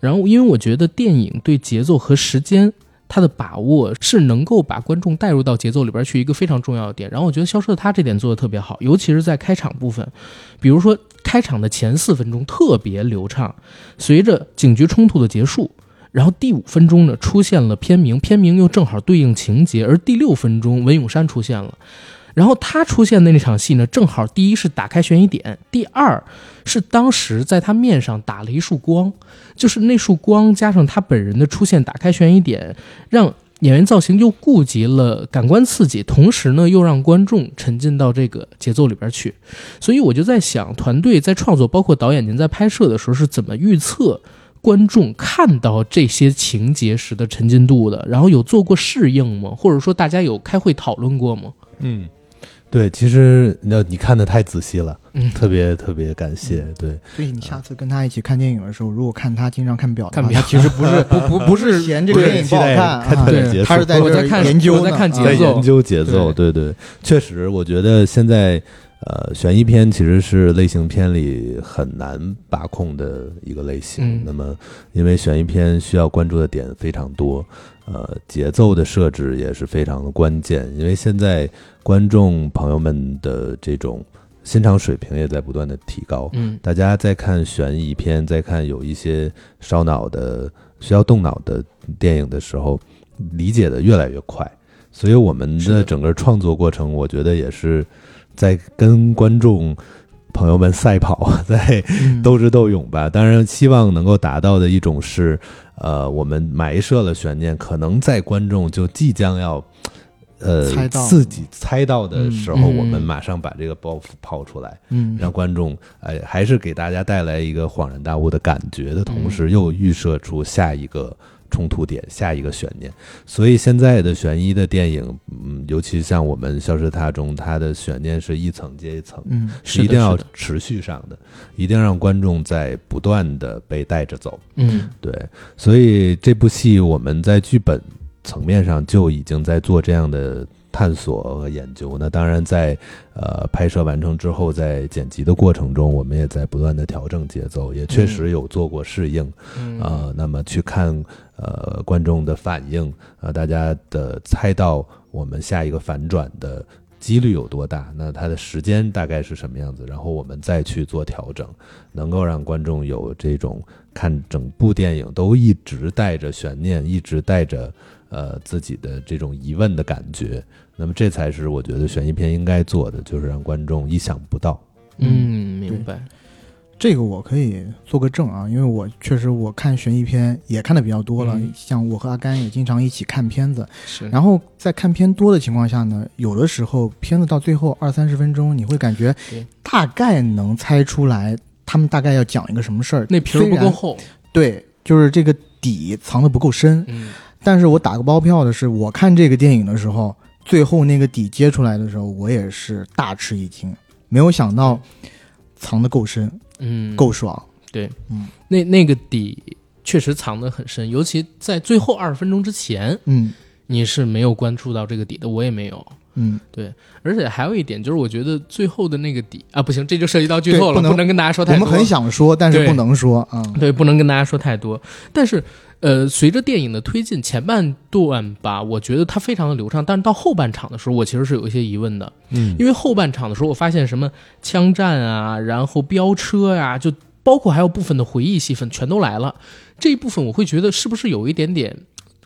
[SPEAKER 1] 然后因为我觉得电影对节奏和时间。它的把握是能够把观众带入到节奏里边去一个非常重要的点，然后我觉得《消失的她》这点做的特别好，尤其是在开场部分，比如说开场的前四分钟特别流畅，随着警局冲突的结束，然后第五分钟呢出现了片名，片名又正好对应情节，而第六分钟文咏珊出现了。然后他出现的那场戏呢，正好第一是打开悬疑点，第二是当时在他面上打了一束光，就是那束光加上他本人的出现，打开悬疑点，让演员造型又顾及了感官刺激，同时呢又让观众沉浸到这个节奏里边去。所以我就在想，团队在创作，包括导演您在拍摄的时候是怎么预测观众看到这些情节时的沉浸度的？然后有做过适应吗？或者说大家有开会讨论过吗？
[SPEAKER 3] 嗯，对，其实那你看的太仔细了，
[SPEAKER 1] 嗯
[SPEAKER 3] 特别特别感谢。对，
[SPEAKER 2] 所以你下次跟他一起看电影的时候，如果看他经常看表的
[SPEAKER 1] 看
[SPEAKER 2] 话，
[SPEAKER 1] 表
[SPEAKER 2] 他啊其实不是 不不不是嫌这个
[SPEAKER 3] 对
[SPEAKER 2] 电影不好
[SPEAKER 3] 期待
[SPEAKER 2] 看
[SPEAKER 3] 看
[SPEAKER 2] 啊
[SPEAKER 3] 它，的
[SPEAKER 1] 对
[SPEAKER 3] 结束
[SPEAKER 2] 他是在
[SPEAKER 1] 我
[SPEAKER 2] 这
[SPEAKER 1] 在
[SPEAKER 2] 儿
[SPEAKER 1] 看
[SPEAKER 2] 研究呢，
[SPEAKER 1] 我在看节
[SPEAKER 3] 在
[SPEAKER 1] 奏
[SPEAKER 3] 研究节奏，对对，确实，我觉得现在呃，悬疑片其实是类型片里很难把控的一个类型。
[SPEAKER 1] 嗯
[SPEAKER 3] 那么，因为悬疑片需要关注的点非常多，呃，节奏的设置也是非常的关键，因为现在观众朋友们的这种欣赏水平也在不断的提高。
[SPEAKER 1] 嗯
[SPEAKER 3] 大家在看悬疑片，在看有一些烧脑的、需要动脑的电影的时候，理解的越来越快。所以我们
[SPEAKER 1] 是的
[SPEAKER 3] 的整个创作过程，我觉得也是在跟观众朋友们赛跑，啊在
[SPEAKER 2] 嗯
[SPEAKER 3] 斗智斗勇吧。当然，希望能够达到的一种是，呃，我们埋设了悬念，可能在观众就即将要。呃
[SPEAKER 2] 猜，到
[SPEAKER 3] 自己猜到的时候，
[SPEAKER 1] 嗯
[SPEAKER 3] 我们马上把这个包袱抛出来，
[SPEAKER 2] 嗯
[SPEAKER 3] 让观众哎，还是给大家带来一个恍然大悟的感觉的同
[SPEAKER 1] 嗯
[SPEAKER 3] 时，又预设出下一个冲突点、下一个悬念。所以现在的悬疑的电影，嗯，尤其像我们《消失塔》中，它的悬念是一层接一层，
[SPEAKER 2] 嗯
[SPEAKER 1] 是的
[SPEAKER 3] 一定要
[SPEAKER 1] 是的
[SPEAKER 3] 持续上的，一定让观众在不断的被带着走。
[SPEAKER 1] 嗯
[SPEAKER 3] 对，所以这部戏我们在剧本层面上就已经在做这样的探索和研究。那当然在，呃拍摄完成之后，在剪辑的过程中，我们也在不断的调整节奏，也确实有做过适应。
[SPEAKER 1] 嗯
[SPEAKER 3] 呃，那么去看呃观众的反应，呃，大家的猜到我们下一个反转的几率有多大，那它的时间大概是什么样子，然后我们再去做调整，能够让观众有这种看整部电影都一直带着悬念，一直带着呃自己的这种疑问的感觉。那么这才是我觉得悬疑片应该做的，就是让观众意想不到。
[SPEAKER 1] 嗯，明白。
[SPEAKER 2] 这个我可以做个证啊，因为我确实我看悬疑片也看的比较多了，
[SPEAKER 1] 嗯
[SPEAKER 2] 像我和阿甘也经常一起看片子。
[SPEAKER 1] 是，
[SPEAKER 2] 然后在看片多的情况下呢，有的时候片子到最后二三十分钟，你会感觉
[SPEAKER 1] 对
[SPEAKER 2] 大概能猜出来他们大概要讲一个什么事儿，
[SPEAKER 1] 那皮儿不够
[SPEAKER 2] 虽然，
[SPEAKER 1] 厚。
[SPEAKER 2] 对，就是这个底藏的不够深。
[SPEAKER 1] 嗯
[SPEAKER 2] 但是我打个包票的是，我看这个电影的时候，最后那个底揭出来的时候，我也是大吃一惊，没有想到藏的够深，
[SPEAKER 1] 嗯，
[SPEAKER 2] 够爽。
[SPEAKER 1] 那那个底确实藏得很深，尤其在最后二十分钟之前，
[SPEAKER 2] 嗯
[SPEAKER 1] 你是没有关注到这个底的，我也没有。
[SPEAKER 2] 嗯，
[SPEAKER 1] 而且还有一点就是，我觉得最后的那个底啊，不行，这就涉及到剧透
[SPEAKER 2] 对
[SPEAKER 1] 了，
[SPEAKER 2] 不能
[SPEAKER 1] 能跟大家说
[SPEAKER 2] 我
[SPEAKER 1] 太多。
[SPEAKER 2] 们很想说，但是
[SPEAKER 1] 对
[SPEAKER 2] 不能说啊。嗯
[SPEAKER 1] 对，不能跟大家说太多。但是，呃，随着电影的推进，前半段吧，我觉得它非常的流畅，但是到后半场的时候，我其实是有一些疑问的，
[SPEAKER 3] 嗯
[SPEAKER 1] 因为后半场的时候，我发现什么枪战啊，然后飙车呀、就包括还有部分的回忆戏份全都来了。这一部分我会觉得是不是有一点点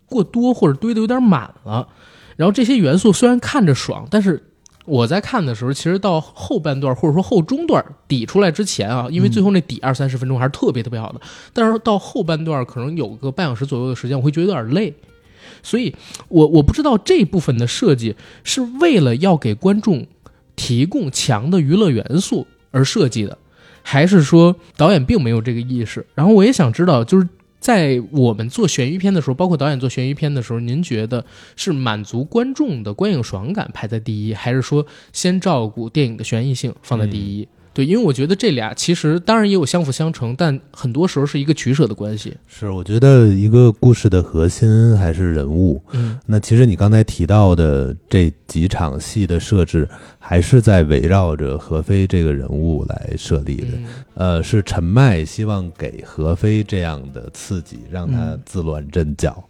[SPEAKER 1] 过多，或者堆的有点满了。然后这些元素虽然看着爽，但是我在看的时候，其实到后半段或者说后中段底出来之前啊，因为最后那底二三十分钟还是特别特别好的，但是到后半段可能有个半小时左右的时间，我会觉得有点累。所以我我不知道这部分的设计是为了要给观众提供强的娱乐元素而设计的，还是说导演并没有这个意识？然后我也想知道，就是在我们做悬疑片的时候，包括导演做悬疑片的时候，您觉得是满足观众的观影爽感排在第一，还是说先照顾电影的悬疑性放在第
[SPEAKER 3] 嗯
[SPEAKER 1] 一？对，因为我觉得这俩其实当然也有相辅相成，但很多时候是一个取舍的关系。
[SPEAKER 3] 是，我觉得一个故事的核心还是人物，
[SPEAKER 1] 嗯
[SPEAKER 3] 那其实你刚才提到的这几场戏的设置，还是在围绕着何非这个人物来设立的。
[SPEAKER 1] 嗯
[SPEAKER 3] 呃，是陈迈希望给何非这样的刺激，让他
[SPEAKER 2] 嗯
[SPEAKER 3] 自乱阵脚。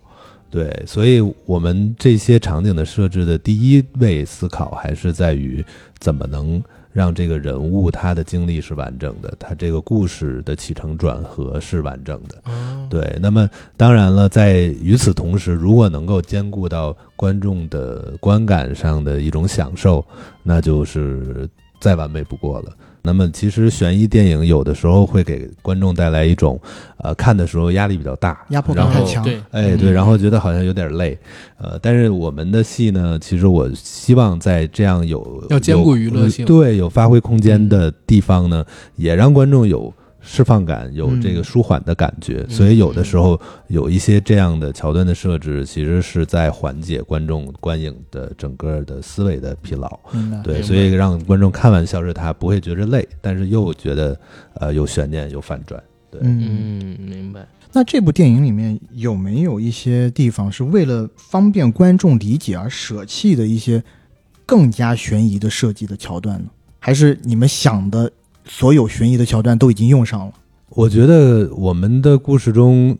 [SPEAKER 3] 对，所以我们这些场景的设置的第一位思考还是在于怎么能让这个人物他的经历是完整的，他这个故事的起承转合是完整的。
[SPEAKER 2] 嗯
[SPEAKER 1] 哦，
[SPEAKER 3] 对，那么当然了，在与此同时，如果能够兼顾到观众的观感上的一种享受，那就是再完美不过了。那么，其实悬疑电影有的时候会给观众带来一种，呃，看的时候压力比较大，
[SPEAKER 2] 压迫
[SPEAKER 3] 然
[SPEAKER 2] 感
[SPEAKER 3] 后
[SPEAKER 2] 太强。
[SPEAKER 1] 对，
[SPEAKER 3] 哎，对，然后觉得好像有点累，呃，但是我们的戏呢，其实我希望在这样有
[SPEAKER 1] 要兼顾娱乐
[SPEAKER 3] 有
[SPEAKER 1] 性嗯
[SPEAKER 3] 对，有发挥空间的地方呢，也让观众有释放感，有这个
[SPEAKER 2] 嗯
[SPEAKER 3] 舒缓的感觉，
[SPEAKER 1] 嗯
[SPEAKER 3] 所以有的时候有一些这样的桥段的设置，其实是在缓解观众观影的整个的思维的疲劳。
[SPEAKER 2] 明白。
[SPEAKER 3] 对，
[SPEAKER 1] 啊明白
[SPEAKER 3] 所以让观众看完《消失他》不会觉着累，但是又觉得呃有悬念，有反转。对，
[SPEAKER 2] 嗯，
[SPEAKER 1] 嗯，明白。
[SPEAKER 2] 那这部电影里面有没有一些地方是为了方便观众理解而舍弃的一些更加悬疑的设计的桥段呢？还是你们想的所有悬疑的桥段都已经用上了？
[SPEAKER 3] 我觉得我们的故事中，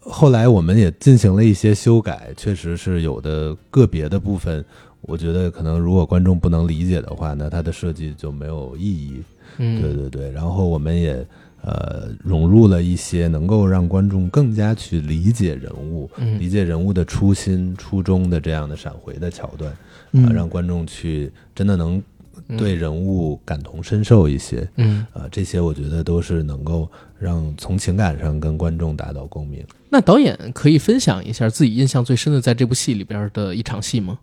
[SPEAKER 3] 后来我们也进行了一些修改，确实是有的个别的部分，我觉得可能如果观众不能理解的话，那它的设计就没有意义。
[SPEAKER 1] 嗯，
[SPEAKER 3] 对对对，然后我们也呃融入了一些能够让观众更加去理解人物、理
[SPEAKER 1] 嗯，
[SPEAKER 3] 解人物的初心、初衷的这样的闪回的桥段，啊、
[SPEAKER 2] 嗯，
[SPEAKER 3] 让观众去真的能
[SPEAKER 1] 嗯
[SPEAKER 3] 对，人物感同身受一些。
[SPEAKER 1] 嗯。
[SPEAKER 3] 啊，这些我觉得都是能够让从情感上跟观众达到共鸣。
[SPEAKER 1] 那导演可以分享一下自己印象最深的在这部戏里边的一场戏吗？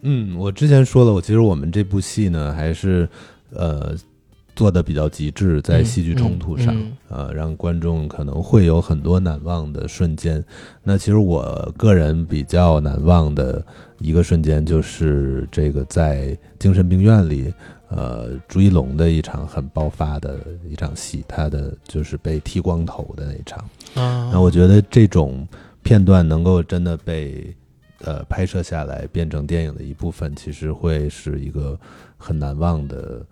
[SPEAKER 3] 嗯，我之前说了，我其实我们这部戏呢，还是呃做的比较极致，在
[SPEAKER 1] 嗯
[SPEAKER 3] 戏剧冲突上，
[SPEAKER 1] 嗯
[SPEAKER 3] 呃，让观众可能会有很多难忘的瞬间。那其实我个人比较难忘的一个瞬间，就是这个在精神病院里，呃，朱一龙的一场很爆发的一场戏，他的就是被剃光头的那一场。
[SPEAKER 1] 啊，
[SPEAKER 3] 那我觉得这种片段能够真的被呃拍摄下来，变成电影的一部分，其实会是一个很难忘的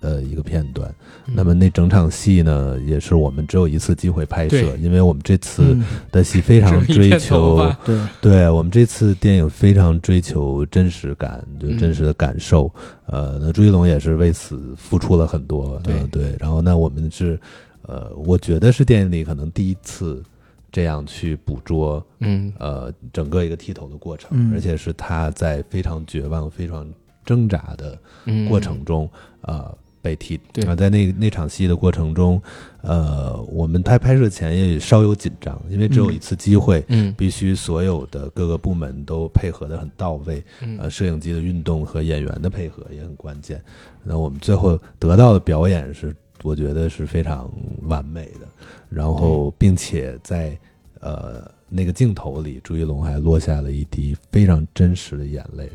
[SPEAKER 3] 呃一个片段。
[SPEAKER 1] 嗯
[SPEAKER 3] 那么那整场戏呢，也是我们只有一次机会拍摄
[SPEAKER 1] 对，
[SPEAKER 3] 因为我们这次
[SPEAKER 2] 嗯，
[SPEAKER 3] 的戏非常
[SPEAKER 1] 只有一
[SPEAKER 3] 追
[SPEAKER 1] 片头
[SPEAKER 3] 求，
[SPEAKER 1] 发
[SPEAKER 2] 对，
[SPEAKER 3] 对我们这次电影非常追求真实感，就
[SPEAKER 1] 嗯
[SPEAKER 3] 真实的感受。呃，那朱一龙也是为此付出了很多。
[SPEAKER 1] 对
[SPEAKER 3] 呃对。然后，那我们是，呃，我觉得是电影里可能第一次这样去捕捉
[SPEAKER 1] 嗯
[SPEAKER 3] 呃整个一个剃头的过程，
[SPEAKER 2] 嗯
[SPEAKER 3] 而且是他在非常绝望、非常挣扎的
[SPEAKER 1] 嗯
[SPEAKER 3] 过程中，呃，被剃。
[SPEAKER 1] 对
[SPEAKER 3] 啊，在那那场戏的过程中，呃，我们拍拍摄前也稍有紧张，因为只有
[SPEAKER 2] 嗯
[SPEAKER 3] 一次机会。
[SPEAKER 1] 嗯
[SPEAKER 3] 必须所有的各个部门都配合的很到位，
[SPEAKER 1] 嗯
[SPEAKER 3] 呃，摄影机的运动和演员的配合也很关键。那我们最后得到的表演是，我觉得是非常完美的。然后，并且在呃那个镜头里，朱一龙还落下了一滴非常真实的眼泪。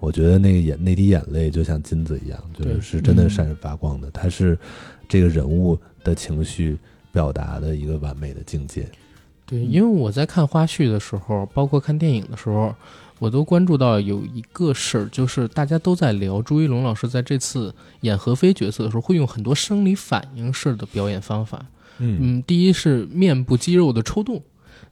[SPEAKER 3] 我觉得那个眼那滴眼泪就像金子一样，就
[SPEAKER 1] 对
[SPEAKER 3] 是是真的
[SPEAKER 2] 嗯
[SPEAKER 3] 闪闪发光的。它是这个人物的情绪表达的一个完美的境界。
[SPEAKER 1] 对，因为我在看花絮的时候，包括看电影的时候，我都关注到有一个事儿，就是大家都在聊朱一龙老师在这次演何非角色的时候，会用很多生理反应式的表演方法。嗯，第一是面部肌肉的抽动，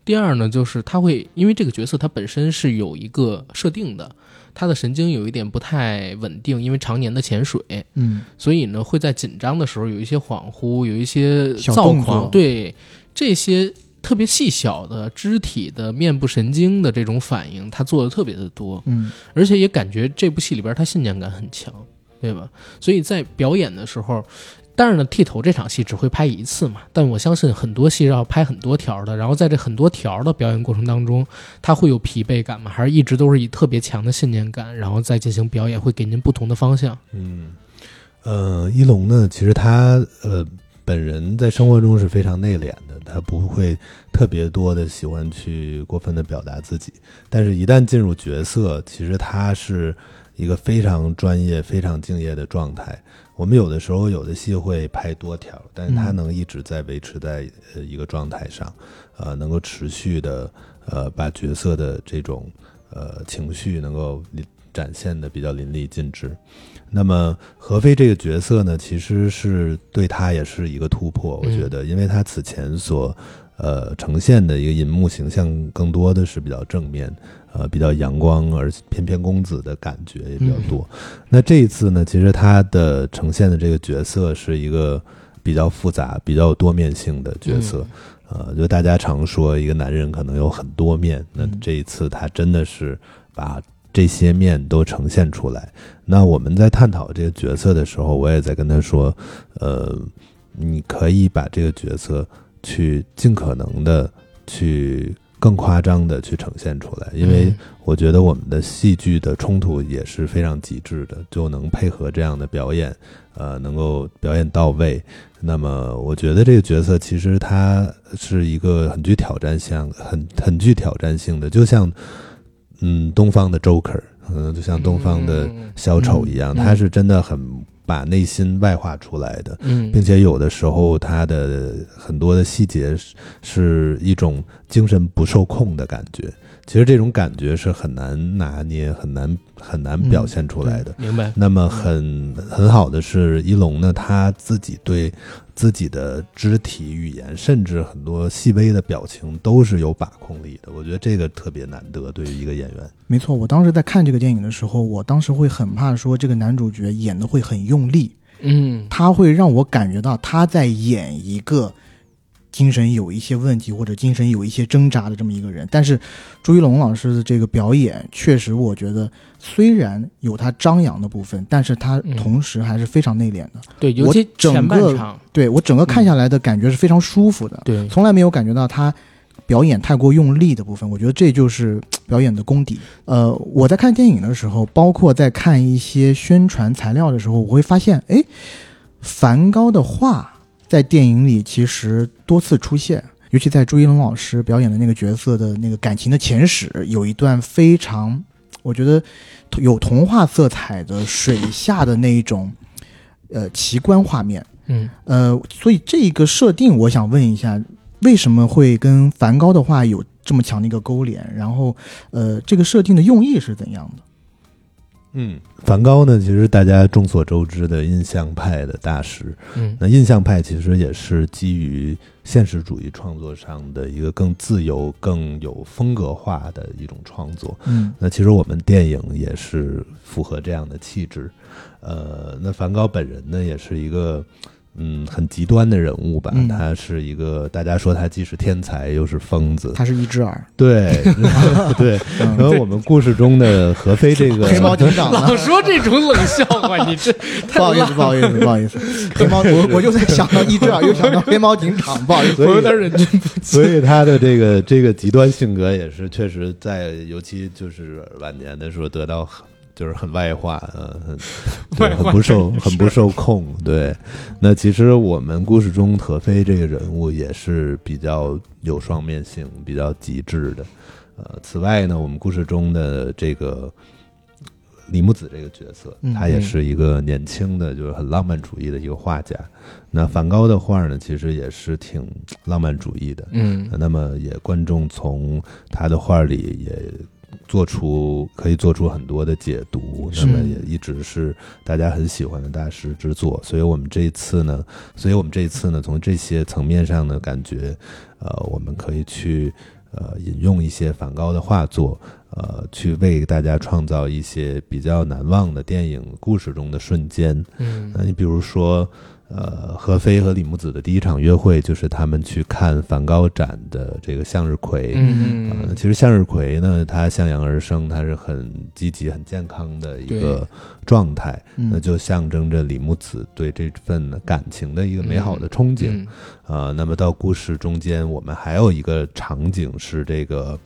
[SPEAKER 1] 第二呢就是他会因为这个角色他本身是有一个设定的，他的神经有一点不太稳定，因为常年的潜水，
[SPEAKER 2] 嗯，
[SPEAKER 1] 所以呢，会在紧张的时候有一些恍惚，有一些
[SPEAKER 2] 小
[SPEAKER 1] 躁
[SPEAKER 2] 动
[SPEAKER 1] 狂，
[SPEAKER 2] 作
[SPEAKER 1] 对这些特别细小的肢体的面部神经的这种反应，他做的特别的多，
[SPEAKER 2] 嗯，
[SPEAKER 1] 而且也感觉这部戏里边他信念感很强，对吧？所以在表演的时候。但是呢，剃头这场戏只会拍一次嘛，但我相信很多戏是要拍很多条的。然后在这很多条的表演过程当中，他会有疲惫感吗？还是一直都是以特别强的信念感，然后再进行表演，会给您不同的方向？
[SPEAKER 3] 嗯，呃，一龙呢，其实他呃本人在生活中是非常内敛的，他不会特别多的喜欢去过分的表达自己，但是一旦进入角色，其实他是一个非常专业、非常敬业的状态。我们有的时候有的戏会拍多条，但是他
[SPEAKER 2] 嗯
[SPEAKER 3] 能一直在维持在呃一个状态上，呃，能够持续的呃把角色的这种呃情绪能够淋展现的比较淋漓尽致。那么何非这个角色呢，其实是对他也是一个突破，我
[SPEAKER 1] 嗯
[SPEAKER 3] 觉得，因为他此前所呃呈现的一个银幕形象，更多的是比较正面，呃比较阳光，而翩翩公子的感觉也比较多。那这一次呢，其实他的呈现的这个角色是一个比较复杂、比较多面性的角色。呃，就大家常说一个男人可能有很多面，那
[SPEAKER 2] 嗯
[SPEAKER 3] 这一次他真的是把这些面都呈现出来。那我们在探讨这个角色的时候，我也在跟他说，呃，你可以把这个角色去尽可能的去更夸张的去呈现出来，因
[SPEAKER 1] 嗯
[SPEAKER 3] 为我觉得我们的戏剧的冲突也是非常极致的，就能配合这样的表演，呃，能够表演到位。那么，我觉得这个角色其实他是一个很具挑战性、很很具挑战性的，就像嗯东方的 Joker，嗯、就像东方的小丑一样，
[SPEAKER 2] 嗯嗯
[SPEAKER 3] 他是真的很把内心外化出来的。
[SPEAKER 1] 嗯，
[SPEAKER 3] 并且有的时候它的很多的细节是是一种精神不受控的感觉。其实这种感觉是很难拿捏、很难很难表现出来的。
[SPEAKER 1] 明白，
[SPEAKER 3] 那么很很好的是一龙呢，他自己对自己的肢体语言，甚至很多细微的表情都是有把控力的。我觉得这个特别难得，对于一个演员。
[SPEAKER 2] 没错，我当时在看这个电影的时候，我当时会很怕说这个男主角演的会很用力，
[SPEAKER 1] 嗯
[SPEAKER 2] 他会让我感觉到他在演一个精神有一些问题或者精神有一些挣扎的这么一个人。但是朱一龙老师的这个表演，确实我觉得虽然有他张扬的部分，但是他
[SPEAKER 1] 嗯
[SPEAKER 2] 同时还是非常内敛的。
[SPEAKER 1] 对，尤其
[SPEAKER 2] 我整
[SPEAKER 1] 前半
[SPEAKER 2] 个
[SPEAKER 1] 场，
[SPEAKER 2] 对我整个
[SPEAKER 3] 嗯
[SPEAKER 2] 看下来的感觉是非常舒服的，
[SPEAKER 1] 对，
[SPEAKER 2] 从来没有感觉到他。表演太过用力的部分，我觉得这就是嘖表演的功底。呃，我在看电影的时候，包括在看一些宣传材料的时候，我会发现，哎，梵高的画在电影里其实多次出现，尤其在朱一龙老师表演的那个角色的那个感情的前史，有一段非常，我觉得有童话色彩的水下的那一种，呃，奇观画面。
[SPEAKER 1] 嗯
[SPEAKER 2] 呃，所以这个设定，我想问一下，为什么会跟梵高的话有这么强的一个勾连？然后，呃，这个设定的用意是怎样的？
[SPEAKER 3] 嗯，梵高呢，其实大家众所周知的印象派的大师，
[SPEAKER 1] 嗯
[SPEAKER 3] 那印象派其实也是基于现实主义创作上的一个更自由、更有风格化的一种创作。
[SPEAKER 2] 嗯
[SPEAKER 3] 那其实我们电影也是符合这样的气质。呃，那梵高本人呢，也是一个嗯很极端的人物吧。
[SPEAKER 2] 嗯
[SPEAKER 3] 他是一个大家说他既是天才又是疯子，
[SPEAKER 2] 它是一只耳，
[SPEAKER 3] 对 对。
[SPEAKER 2] 嗯
[SPEAKER 3] 和我们故事中的何非这个
[SPEAKER 2] 黑猫警长呢？
[SPEAKER 1] 老说这种冷笑话，你 这
[SPEAKER 2] 不好意思，不好意思，不好意思， 黑猫，我我又在想到一只耳，又想到黑猫警长，不好意思。
[SPEAKER 3] 所以
[SPEAKER 1] 我有点忍俊不
[SPEAKER 3] 所
[SPEAKER 1] 禁。
[SPEAKER 3] 以他的这个这个极端性格也是确实在，尤其就是晚年的时候得到很就是很外化，呃，很对，
[SPEAKER 1] 外
[SPEAKER 3] 很
[SPEAKER 1] 化
[SPEAKER 3] 不受
[SPEAKER 1] 真是
[SPEAKER 3] 很不受控。对，那其实我们故事中何非这个人物也是比较有双面性，比较极致的。呃，此外呢，我们故事中的这个李木子这个角色，
[SPEAKER 2] 嗯
[SPEAKER 3] 他也是一个年轻的，就是很浪漫主义的一个画家。那梵高的画呢，其实也是挺浪漫主义的。呃
[SPEAKER 1] 嗯
[SPEAKER 3] 那么也观众从他的画里也做出可以做出很多的解读，那
[SPEAKER 1] 是
[SPEAKER 3] 么也一直是大家很喜欢的大师之作。所以我们这一次呢，所以我们这一次呢，从这些层面上呢，感觉呃，我们可以去呃引用一些梵高的画作。呃，去为大家创造一些比较难忘的电影故事中的瞬间，
[SPEAKER 1] 嗯
[SPEAKER 3] 那你比如说，呃，何非和李木子的第一场约会就是他们去看梵高展的这个向日葵。
[SPEAKER 1] 嗯
[SPEAKER 3] 呃
[SPEAKER 1] 嗯，
[SPEAKER 3] 其实向日葵呢，它向阳而生，它是很积极、很健康的一个状态，那
[SPEAKER 2] 嗯
[SPEAKER 3] 就象征着李木子对这份感情的一个美好的憧憬。
[SPEAKER 1] 嗯
[SPEAKER 3] 呃，那么到故事中间，我们还有一个场景是这个，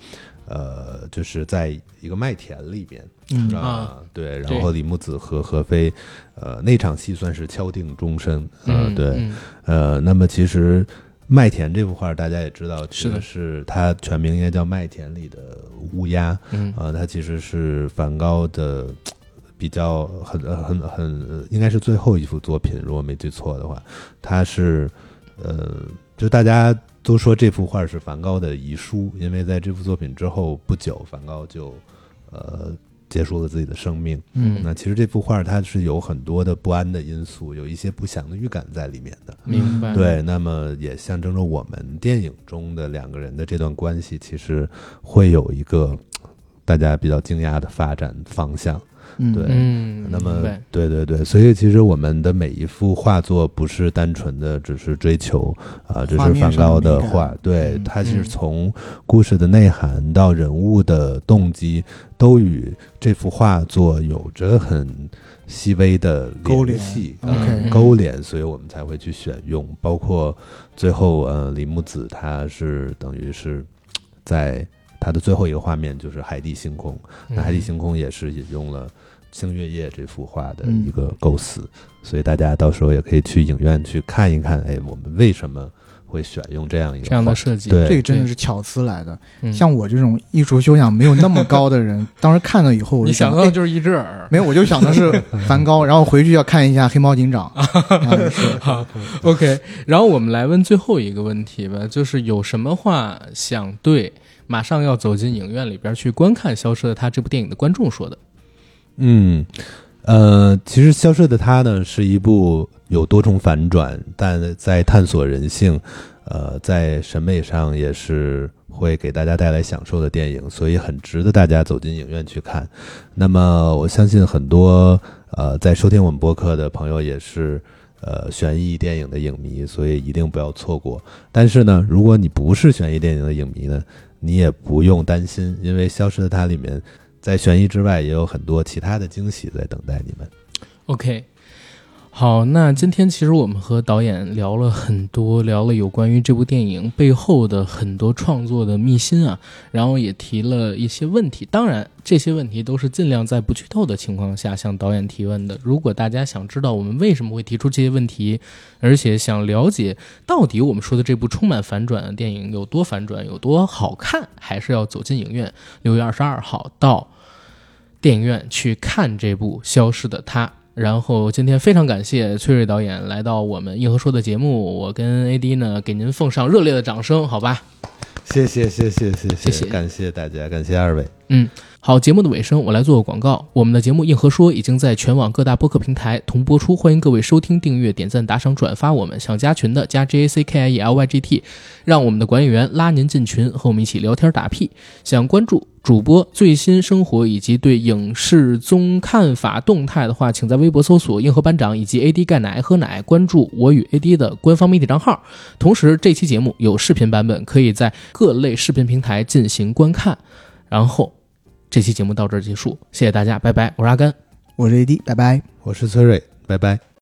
[SPEAKER 3] 呃，就是在一个麦田里面，
[SPEAKER 2] 嗯
[SPEAKER 3] 啊，
[SPEAKER 1] 啊
[SPEAKER 3] 对，
[SPEAKER 1] 对
[SPEAKER 3] 然后李木子和何非，呃，那场戏算是敲定终身，呃，
[SPEAKER 1] 嗯
[SPEAKER 3] 对，
[SPEAKER 1] 嗯
[SPEAKER 3] 呃，那么其实麦田这幅画大家也知道，
[SPEAKER 1] 是的
[SPEAKER 3] 是它全名应该叫《麦田里的乌鸦》，
[SPEAKER 1] 嗯
[SPEAKER 3] 呃，它其实是梵高的嘖比较很呃很很，呃应该是最后一幅作品，如果没记错的话，它是呃，就大家都说这幅画是梵高的遗书，因为在这幅作品之后不久，梵高就呃结束了自己的生命。
[SPEAKER 1] 嗯，
[SPEAKER 3] 那其实这幅画它是有很多的不安的因素，有一些不祥的预感在里面的。
[SPEAKER 1] 明白。
[SPEAKER 3] 对，那么也象征着我们电影中的两个人的这段关系，其实会有一个大家比较惊讶的发展方向。
[SPEAKER 2] 嗯
[SPEAKER 3] 对
[SPEAKER 1] 嗯，
[SPEAKER 3] 那么
[SPEAKER 1] 明白，
[SPEAKER 3] 对对对，所以其实我们的每一幅画作不是单纯的只是追求啊，这
[SPEAKER 2] 画
[SPEAKER 3] 是
[SPEAKER 2] 面
[SPEAKER 3] 梵
[SPEAKER 2] 上的美
[SPEAKER 3] 高的
[SPEAKER 2] 感
[SPEAKER 3] 画，对
[SPEAKER 2] 嗯，
[SPEAKER 3] 它是
[SPEAKER 1] 嗯
[SPEAKER 3] 从故事的内涵到人物的动机，都与这幅画作有着很细微的
[SPEAKER 2] 勾
[SPEAKER 3] 联
[SPEAKER 2] 连
[SPEAKER 3] 系，
[SPEAKER 2] OK
[SPEAKER 3] 呃勾连，所以我们才会去选用，包括最后呃，李木子他是等于是。在它的最后一个画面就是海底星空，那海底星空也是引用了。星月夜这幅画的一个构思，所以大家到时候也可以去影院去看一看。哎，我们为什么会选用这样一个
[SPEAKER 1] 嗯这样的
[SPEAKER 3] 画
[SPEAKER 1] 设计，
[SPEAKER 3] 对
[SPEAKER 2] 这个真的是巧思来的。
[SPEAKER 1] 嗯
[SPEAKER 2] 像我这种艺术修养没有那么高的 人，当时看了以后，我
[SPEAKER 1] 你
[SPEAKER 2] 就
[SPEAKER 1] 想
[SPEAKER 2] 想
[SPEAKER 1] 到
[SPEAKER 2] 哎
[SPEAKER 1] 的就是一只 耳。
[SPEAKER 2] 没有，我就想的是梵 高，然后回去要看一下《黑猫警 长》啊。是
[SPEAKER 1] OK，然后我们来问最后一个问题吧，就是有什么话想对马上要走进影院里边去观看《消失的她》这部电影的观众说的？
[SPEAKER 3] 嗯，呃，其实《消失的她》呢是一部有多重反转，但在探索人性，呃，在审美上也是呃会给大家带来享受的电影，所以很值得大家走进影院去看。那么，我相信很多呃在收听我们播客的朋友也是。呃，悬疑电影的影迷，所以一定不要错过。但是呢，如果你不是悬疑电影的影迷呢，你也不用担心，因为《消失的她》里面在悬疑之外，也有很多其他的惊喜在等待你们。
[SPEAKER 1] OK，好，那今天其实我们和导演聊了很多，聊了有关于这部电影背后的很多创作的秘辛啊，然后也提了一些问题。当然，这些问题都是尽量在不剧透的情况下向导演提问的。如果大家想知道我们为什么会提出这些问题，而且想了解到底我们说的这部充满反转的电影有多反转、有多好看，还是要走进影院，六月二十二号到。电影院去看这部《消失的她》。然后今天非常感谢崔瑞导演来到我们硬核说的节目，我跟 AD 呢给您奉上热烈的掌声，好吧？
[SPEAKER 3] 谢谢，谢谢，谢谢，
[SPEAKER 1] 谢谢
[SPEAKER 3] 感谢大家，感谢二位。
[SPEAKER 1] 嗯，好，节目的尾声我来做个广告，我们的节目《硬核说》已经在全网各大播客平台同播出，欢迎各位收听、订阅、点赞、打赏、转发我们。想加群的加 J A C K I E L Y G T，让我们的管理员拉您进群，和我们一起聊天打屁。想关注主播最新生活以及对影视综看法动态的话，请在微博搜索“硬核班长”以及 “AD 钙奶爱喝奶”，关注我与 AD 的官方媒体账号。同时，这期节目有视频版本，可以在各类视频平台进行观看。然后。这期节目到这儿结束，谢谢大家，拜拜，我是阿甘。
[SPEAKER 2] 我是 AD，拜拜。
[SPEAKER 3] 我是崔瑞，拜拜。